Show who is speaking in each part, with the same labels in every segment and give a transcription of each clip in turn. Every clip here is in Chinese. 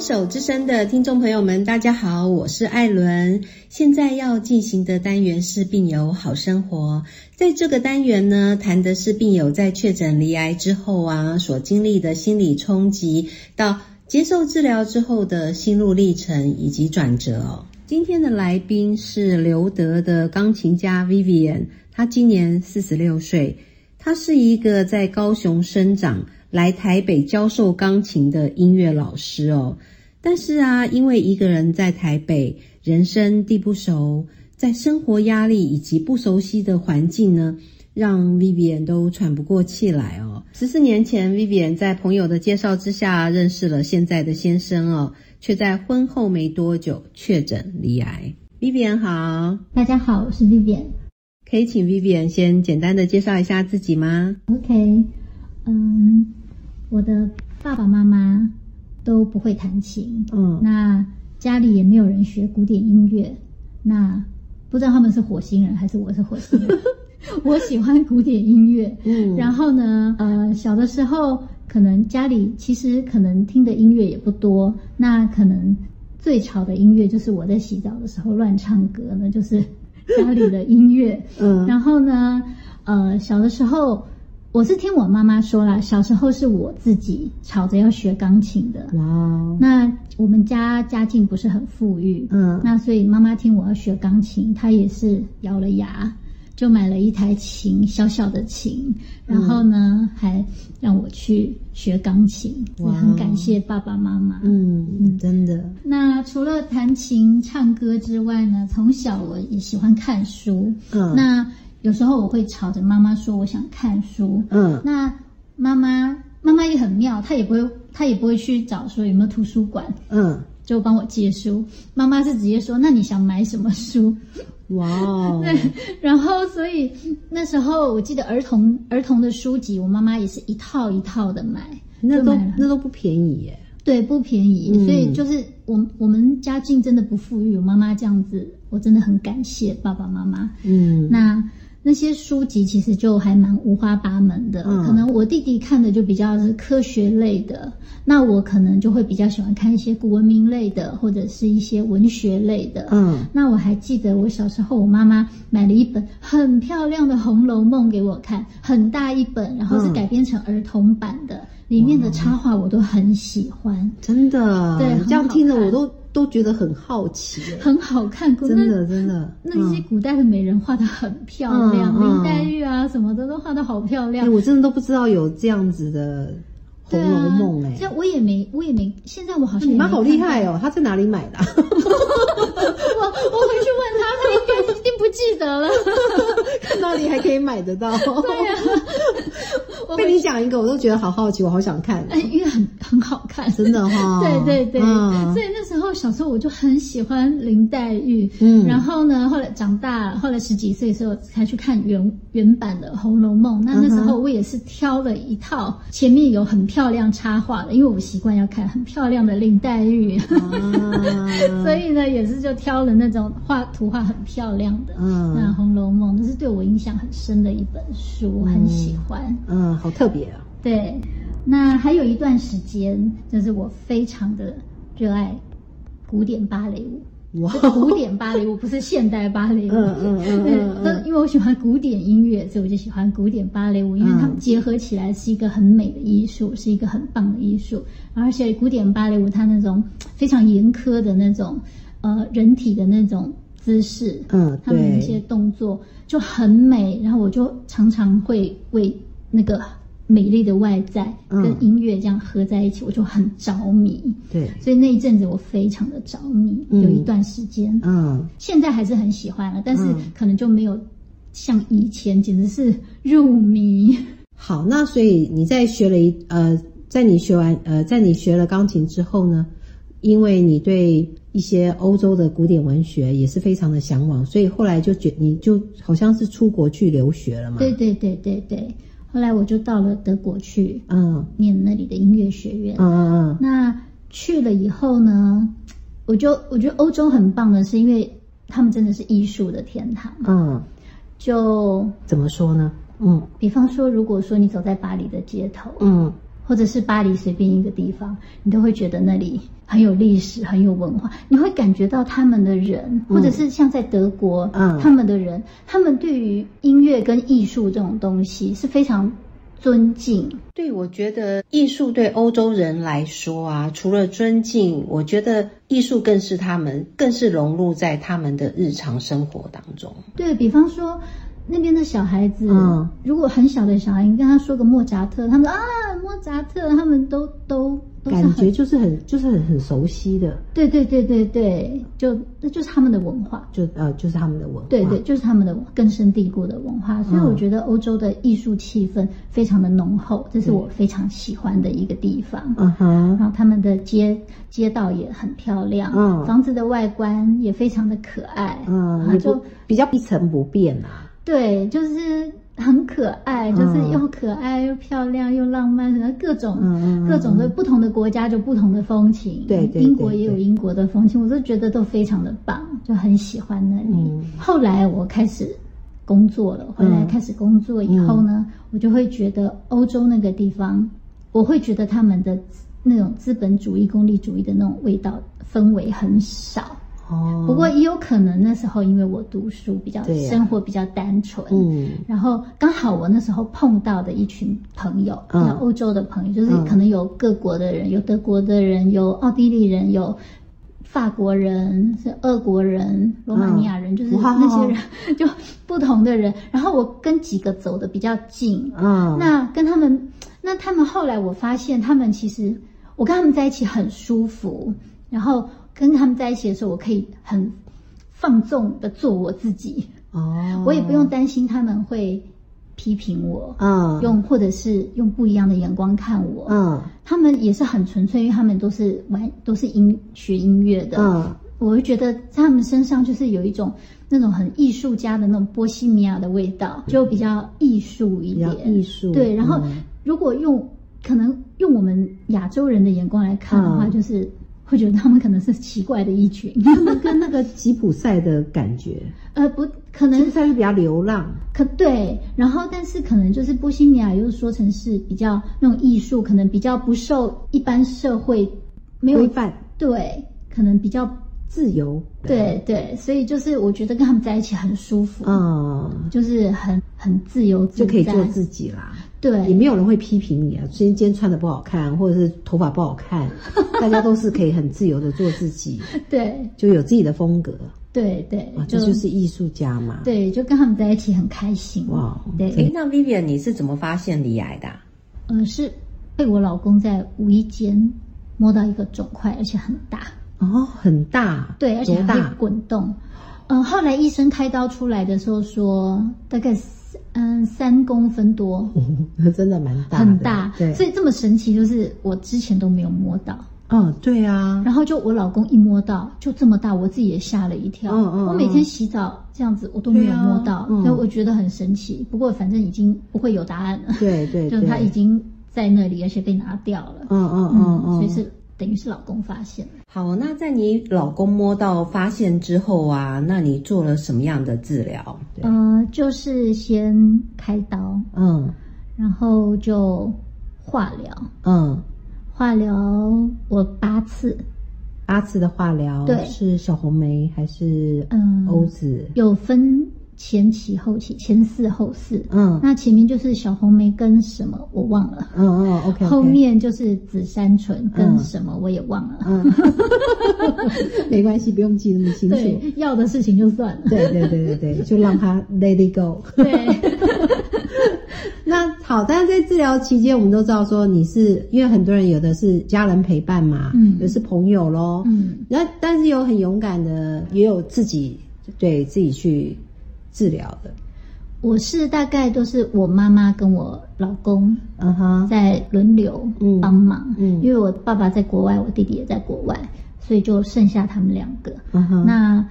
Speaker 1: 手之声的听众朋友们，大家好，我是艾伦。现在要进行的单元是病友好生活，在这个单元呢，谈的是病友在确诊离癌之后啊，所经历的心理冲击，到接受治疗之后的心路历程以及转折哦。今天的来宾是刘德的钢琴家 Vivian，他今年四十六岁，他是一个在高雄生长、来台北教授钢琴的音乐老师哦。但是啊，因为一个人在台北，人生地不熟，在生活压力以及不熟悉的环境呢，让 Vivian 都喘不过气来哦。十四年前，Vivian 在朋友的介绍之下认识了现在的先生哦，却在婚后没多久确诊罹癌。Vivian 好，
Speaker 2: 大家好，我是 Vivian。
Speaker 1: 可以请 Vivian 先简单的介绍一下自己吗？
Speaker 2: OK，嗯，我的爸爸妈妈都不会弹琴，
Speaker 1: 嗯
Speaker 2: 那家里也没有人学古典音乐，那不知道他们是火星人还是我是火星 人。我喜欢古典音乐，
Speaker 1: 嗯
Speaker 2: 然后呢，呃，小的时候可能家里其实可能听的音乐也不多，那可能最吵的音乐就是我在洗澡的时候乱唱歌，那就是家里的音乐。
Speaker 1: 嗯
Speaker 2: 然后呢，呃，小的时候我是听我妈妈说啦，小时候是我自己吵着要学钢琴的。
Speaker 1: 哇哦，
Speaker 2: 那我们家家境不是很富裕，
Speaker 1: 嗯
Speaker 2: 那所以妈妈听我要学钢琴，她也是咬了牙，就买了一台琴，小小的琴，
Speaker 1: 嗯
Speaker 2: 然后呢，还让我去学钢琴，也
Speaker 1: 哇
Speaker 2: 很感谢爸爸妈妈。
Speaker 1: 嗯，真的，
Speaker 2: 那除了弹琴、唱歌之外呢，从小我也喜欢看书。
Speaker 1: 嗯
Speaker 2: 那有时候我会吵着妈妈说我想看书。
Speaker 1: 嗯
Speaker 2: 那妈妈妈妈也很妙，她也不会她也不会去找说有没有图书馆
Speaker 1: 嗯，
Speaker 2: 就帮我借书。妈妈是直接说那你想买什么书？
Speaker 1: 哇哦，
Speaker 2: 然后所以那时候我记得儿童儿童的书籍，我妈妈也是一套一套的买，
Speaker 1: 那都
Speaker 2: 就买了
Speaker 1: 那都不便宜耶，
Speaker 2: 对，不便宜，
Speaker 1: 嗯
Speaker 2: 所以就是我们我们家境真的不富裕，我妈妈这样子，我真的很感谢爸爸妈妈。
Speaker 1: 嗯
Speaker 2: 那那些书籍其实就还蛮五花八门的，
Speaker 1: 嗯
Speaker 2: 可能我弟弟看的就比较是科学类的，那我可能就会比较喜欢看一些古文明类的，或者是一些文学类的。
Speaker 1: 嗯
Speaker 2: 那我还记得我小时候，我妈妈买了一本很漂亮的《红楼梦》给我看，很大一本，然后是
Speaker 1: 嗯
Speaker 2: 改编成儿童版的，里面的插画我都很喜欢，
Speaker 1: 真的，
Speaker 2: 对
Speaker 1: 你这样
Speaker 2: 很好
Speaker 1: 听着
Speaker 2: 看
Speaker 1: 我都都觉得很好奇耶，
Speaker 2: 很好看。古
Speaker 1: 真的真的，
Speaker 2: 那那些古代的美人画的很漂亮，
Speaker 1: 嗯嗯
Speaker 2: 林黛玉啊什么的都画的好漂
Speaker 1: 哎、
Speaker 2: 亮
Speaker 1: 诶。我真的都不知道有这样子的《红
Speaker 2: 对
Speaker 1: 楼梦》哎、
Speaker 2: 啊，这我也没，我也没，现在我好像
Speaker 1: 你
Speaker 2: 也没
Speaker 1: 妈好厉
Speaker 2: 看
Speaker 1: 害哦！她在哪里买的啊、
Speaker 2: 我我回去问他，他应该一定不记 得了。
Speaker 1: 看哪里还可以买得到？对
Speaker 2: 我
Speaker 1: 被你讲一个，我都觉得好好奇，我好想看，
Speaker 2: 哎，因为很很好看，
Speaker 1: 真的哈、
Speaker 2: 对对对，
Speaker 1: 嗯
Speaker 2: 所以那时候小时候我就很喜欢林黛玉，
Speaker 1: 嗯
Speaker 2: 然后呢，后来长大，后来十几岁的时候才去看原原版的《红楼梦》。那那时
Speaker 1: 嗯
Speaker 2: 候我也是挑了一套，前面有很漂亮插画的，因为我习惯要看很漂亮的林黛玉，
Speaker 1: 嗯啊，
Speaker 2: 所以呢也是就挑了那种画图画很漂亮的。
Speaker 1: 嗯
Speaker 2: 那《红楼梦》那是对我影响很深的一本书，我很喜欢。
Speaker 1: 嗯，好特别啊，
Speaker 2: 对，那还有一段时间，就是我非常的热爱古典芭蕾舞。
Speaker 1: 哇
Speaker 2: 是古典芭蕾舞不是现代芭蕾舞，
Speaker 1: 嗯嗯嗯
Speaker 2: 对
Speaker 1: 嗯嗯
Speaker 2: 那因为 我喜欢古典音乐，所以我就喜欢古典芭蕾舞，因为它们结合起来是一个很美的艺术，是一个很棒的艺术，而且古典芭蕾舞它那种非常严苛的那种，呃，人体的那种姿势，
Speaker 1: 嗯，
Speaker 2: 他们那些
Speaker 1: 对，
Speaker 2: 动作就很美，然后我就常常会为那个美丽的外在
Speaker 1: 嗯
Speaker 2: 跟音乐这样合在一起，我就很着迷。
Speaker 1: 对，
Speaker 2: 所以那一阵子我非常的着迷，
Speaker 1: 嗯
Speaker 2: 有一段时间，
Speaker 1: 嗯，
Speaker 2: 现在还是很喜欢了，但是
Speaker 1: 嗯
Speaker 2: 可能就没有像以前，简直是入迷。
Speaker 1: 好，那所以你在学了一呃，在你学完呃，在你学了钢琴之后呢，因为你对一些欧洲的古典文学也是非常的向往，所以后来就觉你就好像是出国去留学了嘛，
Speaker 2: 对，对对对对，后来我就到了德国去
Speaker 1: 嗯
Speaker 2: 念那里的音乐学院
Speaker 1: 嗯。嗯
Speaker 2: 那去了以后呢，我就我觉得欧洲很棒的是，因为他们真的是艺术的天堂。
Speaker 1: 嗯嗯，
Speaker 2: 就
Speaker 1: 怎么说呢？嗯
Speaker 2: 比方说，如果说你走在巴黎的街头，
Speaker 1: 嗯
Speaker 2: 或者是巴黎随便一个地方，你都会觉得那里很有历史，很有文化，你会感觉到他们的人，或者是像在德国，
Speaker 3: 嗯
Speaker 2: 他们的人，他们对于音乐跟艺术这种东西是非常尊敬，
Speaker 3: 对，我觉得艺术对欧洲人来说啊，除了尊敬，我觉得艺术更是他们，更是融入在他们的日常生活当中。
Speaker 2: 对比方说，那边的小孩子，
Speaker 3: 嗯
Speaker 2: 如果很小的小孩，你跟他说个莫扎特，他们说啊，莫扎特，他们都都都是
Speaker 1: 感
Speaker 2: 很
Speaker 1: 觉就是很就是很很熟悉的，
Speaker 2: 对对对对对，就那就是他们的文化。
Speaker 1: 就呃就是他们的文化。
Speaker 2: 对对，就是他们的根深蒂固的文化，所以
Speaker 1: 嗯
Speaker 2: 我觉得欧洲的艺术气氛非常的浓厚，这是我非常喜欢的一个地方。
Speaker 1: 嗯哼，
Speaker 2: 然后他们的街街道也很漂亮，
Speaker 1: 嗯
Speaker 2: 房子的外观也非常的可爱，然
Speaker 1: 嗯，
Speaker 3: 啊
Speaker 2: 后
Speaker 1: 也
Speaker 2: 就
Speaker 1: 不比较一成不变啊。
Speaker 2: 对，就是很可爱，
Speaker 1: 嗯
Speaker 2: 就是又可爱又漂亮又浪漫，然后各种、
Speaker 1: 嗯嗯嗯
Speaker 2: 各种的不同的国家就不同的风情。
Speaker 1: 对对
Speaker 2: 英国
Speaker 1: 对
Speaker 2: 也有
Speaker 1: 对
Speaker 2: 英国的风情，我都觉得都非常的棒，就很喜欢那里。
Speaker 1: 嗯
Speaker 2: 后来我开始工作了，回来
Speaker 1: 嗯
Speaker 2: 开始工作以后呢，我就会觉得欧洲那个地方，我会觉得他们的那种资本主义、功利主义的那种味道氛围很少。
Speaker 1: 哦，
Speaker 2: 不过也有可能那时候因为我读书比较、
Speaker 1: 对呀
Speaker 2: 生活比较单纯，
Speaker 1: 嗯
Speaker 2: 然后刚好我那时候碰到的一群朋友，
Speaker 1: 嗯
Speaker 2: 像欧洲的朋友，就是
Speaker 1: 嗯
Speaker 2: 可能有各国的人，有德国的人，有奥地利人，有法国人，是俄国人、罗马尼亚人，就是
Speaker 1: 哇哦
Speaker 2: 那些人、 就不同的人。然后我跟几个走的比较近，
Speaker 1: 嗯，
Speaker 2: 那跟他们，那他们后来我发现，他们其实我跟他们在一起很舒服，然后跟他们在一起的时候，我可以很放纵的做我自己，
Speaker 1: 哦，
Speaker 2: 我也不用担心他们会批评我，
Speaker 1: 嗯
Speaker 2: 用或者是用不一样的眼光看我。
Speaker 1: 嗯
Speaker 2: 他们也是很纯粹，因为他们都是玩都是音学音乐的，
Speaker 1: 嗯
Speaker 2: 我会觉得他们身上就是有一种那种很艺术家的那种波西米亚的味道，就比较艺术一
Speaker 1: 嗯比较
Speaker 2: 点，
Speaker 1: 艺术
Speaker 2: 对，然后
Speaker 1: 嗯
Speaker 2: 如果用可能用我们亚洲人的眼光来看的话，
Speaker 1: 嗯
Speaker 2: 就是会觉得他们可能是奇怪的一群，
Speaker 1: 跟那个吉普赛的感 觉，
Speaker 2: 呃，不
Speaker 1: 吉
Speaker 2: 可能
Speaker 1: 普赛是比较流浪，
Speaker 2: 可对，然后但是可能就是波西米亚又说成是比较那种艺术，可能比较不受一般社会没有
Speaker 1: 规范、
Speaker 2: 对，可能比较
Speaker 1: 自由，
Speaker 2: 对对，所以就是我觉得跟他们在一起很舒服，，
Speaker 1: 嗯，
Speaker 2: 就是很很自由自
Speaker 1: 就
Speaker 2: 在，
Speaker 1: 可以做自己啦。也
Speaker 2: 对
Speaker 1: 没有人会批评你啊，今天今天穿的不好看，或者是头发不好 看，大家都是可以很自由的做自己，
Speaker 2: 对
Speaker 1: 就有自己的风格
Speaker 2: 对对
Speaker 1: 啊，，这就是艺术家嘛。，
Speaker 2: 对，就跟他们在一起很开心，
Speaker 1: 哇，
Speaker 3: 诶
Speaker 2: 对，
Speaker 3: 那 Vivian 你是怎么发现离癌的啊、
Speaker 2: 呃，是被我老公在无意间摸到一个肿块，而且很大，
Speaker 1: 哦，很大，
Speaker 2: 对，而且
Speaker 1: 多
Speaker 2: 还会
Speaker 1: 大？
Speaker 2: 滚动。嗯、后来医生开刀出来的时候说，大概三嗯三公分多，
Speaker 1: 哦，那真的蛮大的，
Speaker 2: 很大。
Speaker 1: 对，
Speaker 2: 所以这么神奇，就是我之前都没有摸到，
Speaker 1: 嗯，对啊，
Speaker 2: 然后就我老公一摸到就这么大，我自己也吓了一跳。
Speaker 1: 嗯嗯
Speaker 2: 我每天洗澡这样子，我都没有摸到，
Speaker 1: 对啊嗯
Speaker 2: 所以我觉得很神奇。不过反正已经不会有答案了，
Speaker 1: 对对
Speaker 2: 就是他
Speaker 1: 对
Speaker 2: 已经在那里，而且被拿掉了。
Speaker 1: 嗯嗯嗯嗯，
Speaker 2: 所以是等于是老公发现了。
Speaker 3: 好，那在你老公摸到发现之后啊，那你做了什么样的治疗？
Speaker 1: 对
Speaker 2: 嗯、就是先开刀，
Speaker 1: 嗯
Speaker 2: 然后就化疗，
Speaker 1: 嗯，
Speaker 2: 化疗我八次，
Speaker 1: 八次的化疗
Speaker 2: 对
Speaker 1: 是小红梅还是
Speaker 2: 嗯
Speaker 1: 欧子？
Speaker 2: 有分前期、后期，前四后四。
Speaker 1: 嗯
Speaker 2: 那前面就是小红梅跟什么我忘了，
Speaker 1: 嗯嗯，OK，
Speaker 2: 后面就是紫杉醇跟
Speaker 1: 嗯
Speaker 2: 什么我也忘了。
Speaker 1: 嗯，没关系，不用记那么清楚。
Speaker 2: 对，要的事情就算了。
Speaker 1: 对对对对对， 就让他 let it go。
Speaker 2: 对，
Speaker 1: 那好，但是在治疗期间，我们都知道说你是因为很多人有的是家人陪伴嘛，
Speaker 2: 嗯
Speaker 1: 有的是朋友咯，
Speaker 2: 嗯，
Speaker 1: 那但是有很勇敢的，也有自己对自己去治疗的，
Speaker 2: 我是大概都是我妈妈跟我老公
Speaker 1: 嗯哼，
Speaker 2: 在轮流
Speaker 1: 嗯
Speaker 2: 帮忙，
Speaker 1: 嗯
Speaker 2: 因为我爸爸在国外，我弟弟也在国外，所以就剩下他们两个。
Speaker 1: 嗯哼，
Speaker 2: 那，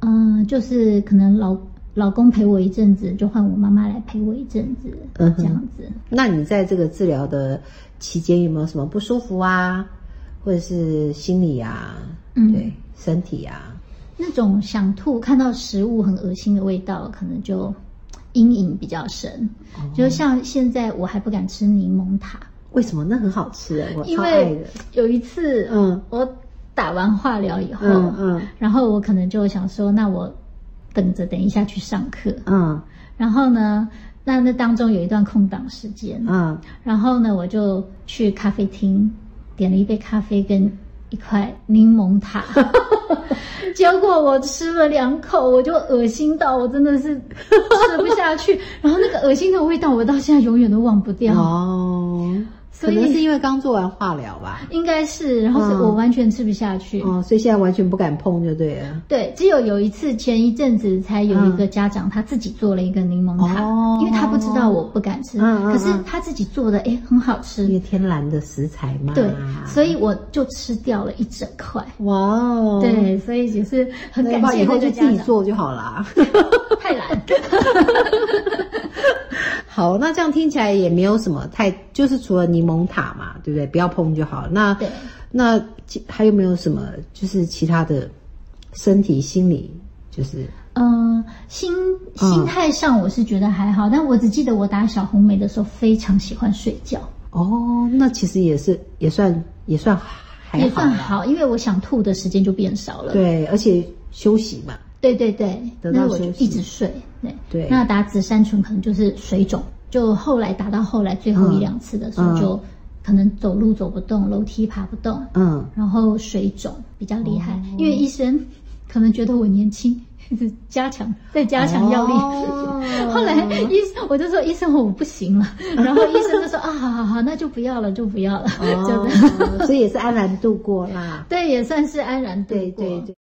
Speaker 2: 嗯、就是可能老老公陪我一阵子，就换我妈妈来陪我一阵子，
Speaker 1: 嗯哼
Speaker 2: 这样子。
Speaker 1: 那你在这个治疗的期间有没有什么不舒服啊，或者是心理啊，
Speaker 2: 嗯
Speaker 1: 对，身体啊，
Speaker 2: 那种想吐，看到食物很恶心的味道，可能
Speaker 1: 哦
Speaker 2: 就阴影比较深。就像现在我还不敢吃柠檬塔，
Speaker 1: 为什么？那很好吃哎，我
Speaker 2: 因
Speaker 1: 超爱
Speaker 2: 为
Speaker 1: 的。
Speaker 2: 有一次，
Speaker 1: 嗯
Speaker 2: 我打完化疗以后，
Speaker 1: 嗯嗯
Speaker 2: 然后我可能就想说，那我等着等一下去上课，
Speaker 1: 嗯
Speaker 2: 然后呢，那那当中有一段空档时间，
Speaker 1: 嗯
Speaker 2: 然后呢，我就去咖啡厅点了一杯咖啡跟一块柠 檬塔，结果我吃了两口，我就恶心到我真的是吃不 下去，然后那个恶心的味道我到现在永远都忘不掉，
Speaker 1: 哦，
Speaker 2: 所
Speaker 1: 可能是
Speaker 2: 以
Speaker 1: 因为刚做完化疗吧。
Speaker 2: 应该是，然后是
Speaker 1: 嗯
Speaker 2: 我完全吃不下去。
Speaker 1: 哦，所以现在完全不敢碰就对了。
Speaker 2: 对，只有有一次，前一阵子才有一个家长他自己做了一个柠檬塔，
Speaker 1: 嗯哦
Speaker 2: 因为他不知道我不敢吃，
Speaker 1: 嗯嗯
Speaker 2: 可是
Speaker 1: 嗯
Speaker 2: 他自己做的诶很好吃
Speaker 1: 因，为天然的食材嘛。
Speaker 2: 对，所以我就吃掉了一整块。
Speaker 1: 哇哦，
Speaker 2: 对，所以也是很
Speaker 1: 那要不
Speaker 2: 感
Speaker 1: 然
Speaker 2: 谢
Speaker 1: 以后
Speaker 2: 那
Speaker 1: 就
Speaker 2: 个
Speaker 1: 自
Speaker 2: 家
Speaker 1: 己
Speaker 2: 长，
Speaker 1: 做就好啦。
Speaker 2: 太懒。
Speaker 1: 好，那这样听起来也没有什么太，就是除了柠檬塔嘛，对不对？不要碰就好了。那
Speaker 2: 对
Speaker 1: 那其还有没有什么就是其他的身体、心理，就是
Speaker 2: 嗯，心
Speaker 1: 嗯
Speaker 2: 心态上我是觉得还好，但我只记得我打小红梅的时候非常喜欢睡觉，
Speaker 1: 哦，那其实也是也算也算还好啦
Speaker 2: 也算好，因为我想吐的时间就变少了。
Speaker 1: 对，而且休息嘛，
Speaker 2: 对对对，
Speaker 1: 得到
Speaker 2: 那我
Speaker 1: 休
Speaker 2: 就
Speaker 1: 息
Speaker 2: 一直睡。对
Speaker 1: 对
Speaker 2: 那打紫杉醇可能就是水肿，就后来打到后来最后一两次的时候，
Speaker 1: 嗯
Speaker 2: 就可能走路走不动，楼梯爬不动，
Speaker 1: 嗯，
Speaker 2: 然后水肿比较厉
Speaker 1: 哦
Speaker 2: 害，因为医生可能觉得我年轻， 一直加强再加 强药力。
Speaker 1: 哦
Speaker 2: 后来医生我就说医生我不行 了，然后医生就说啊好好好那就不要了就 不要了，就这样
Speaker 1: 哦，所以也是安然度过啦。
Speaker 2: 对也算是安然度
Speaker 1: 对
Speaker 2: 过。
Speaker 1: 对对。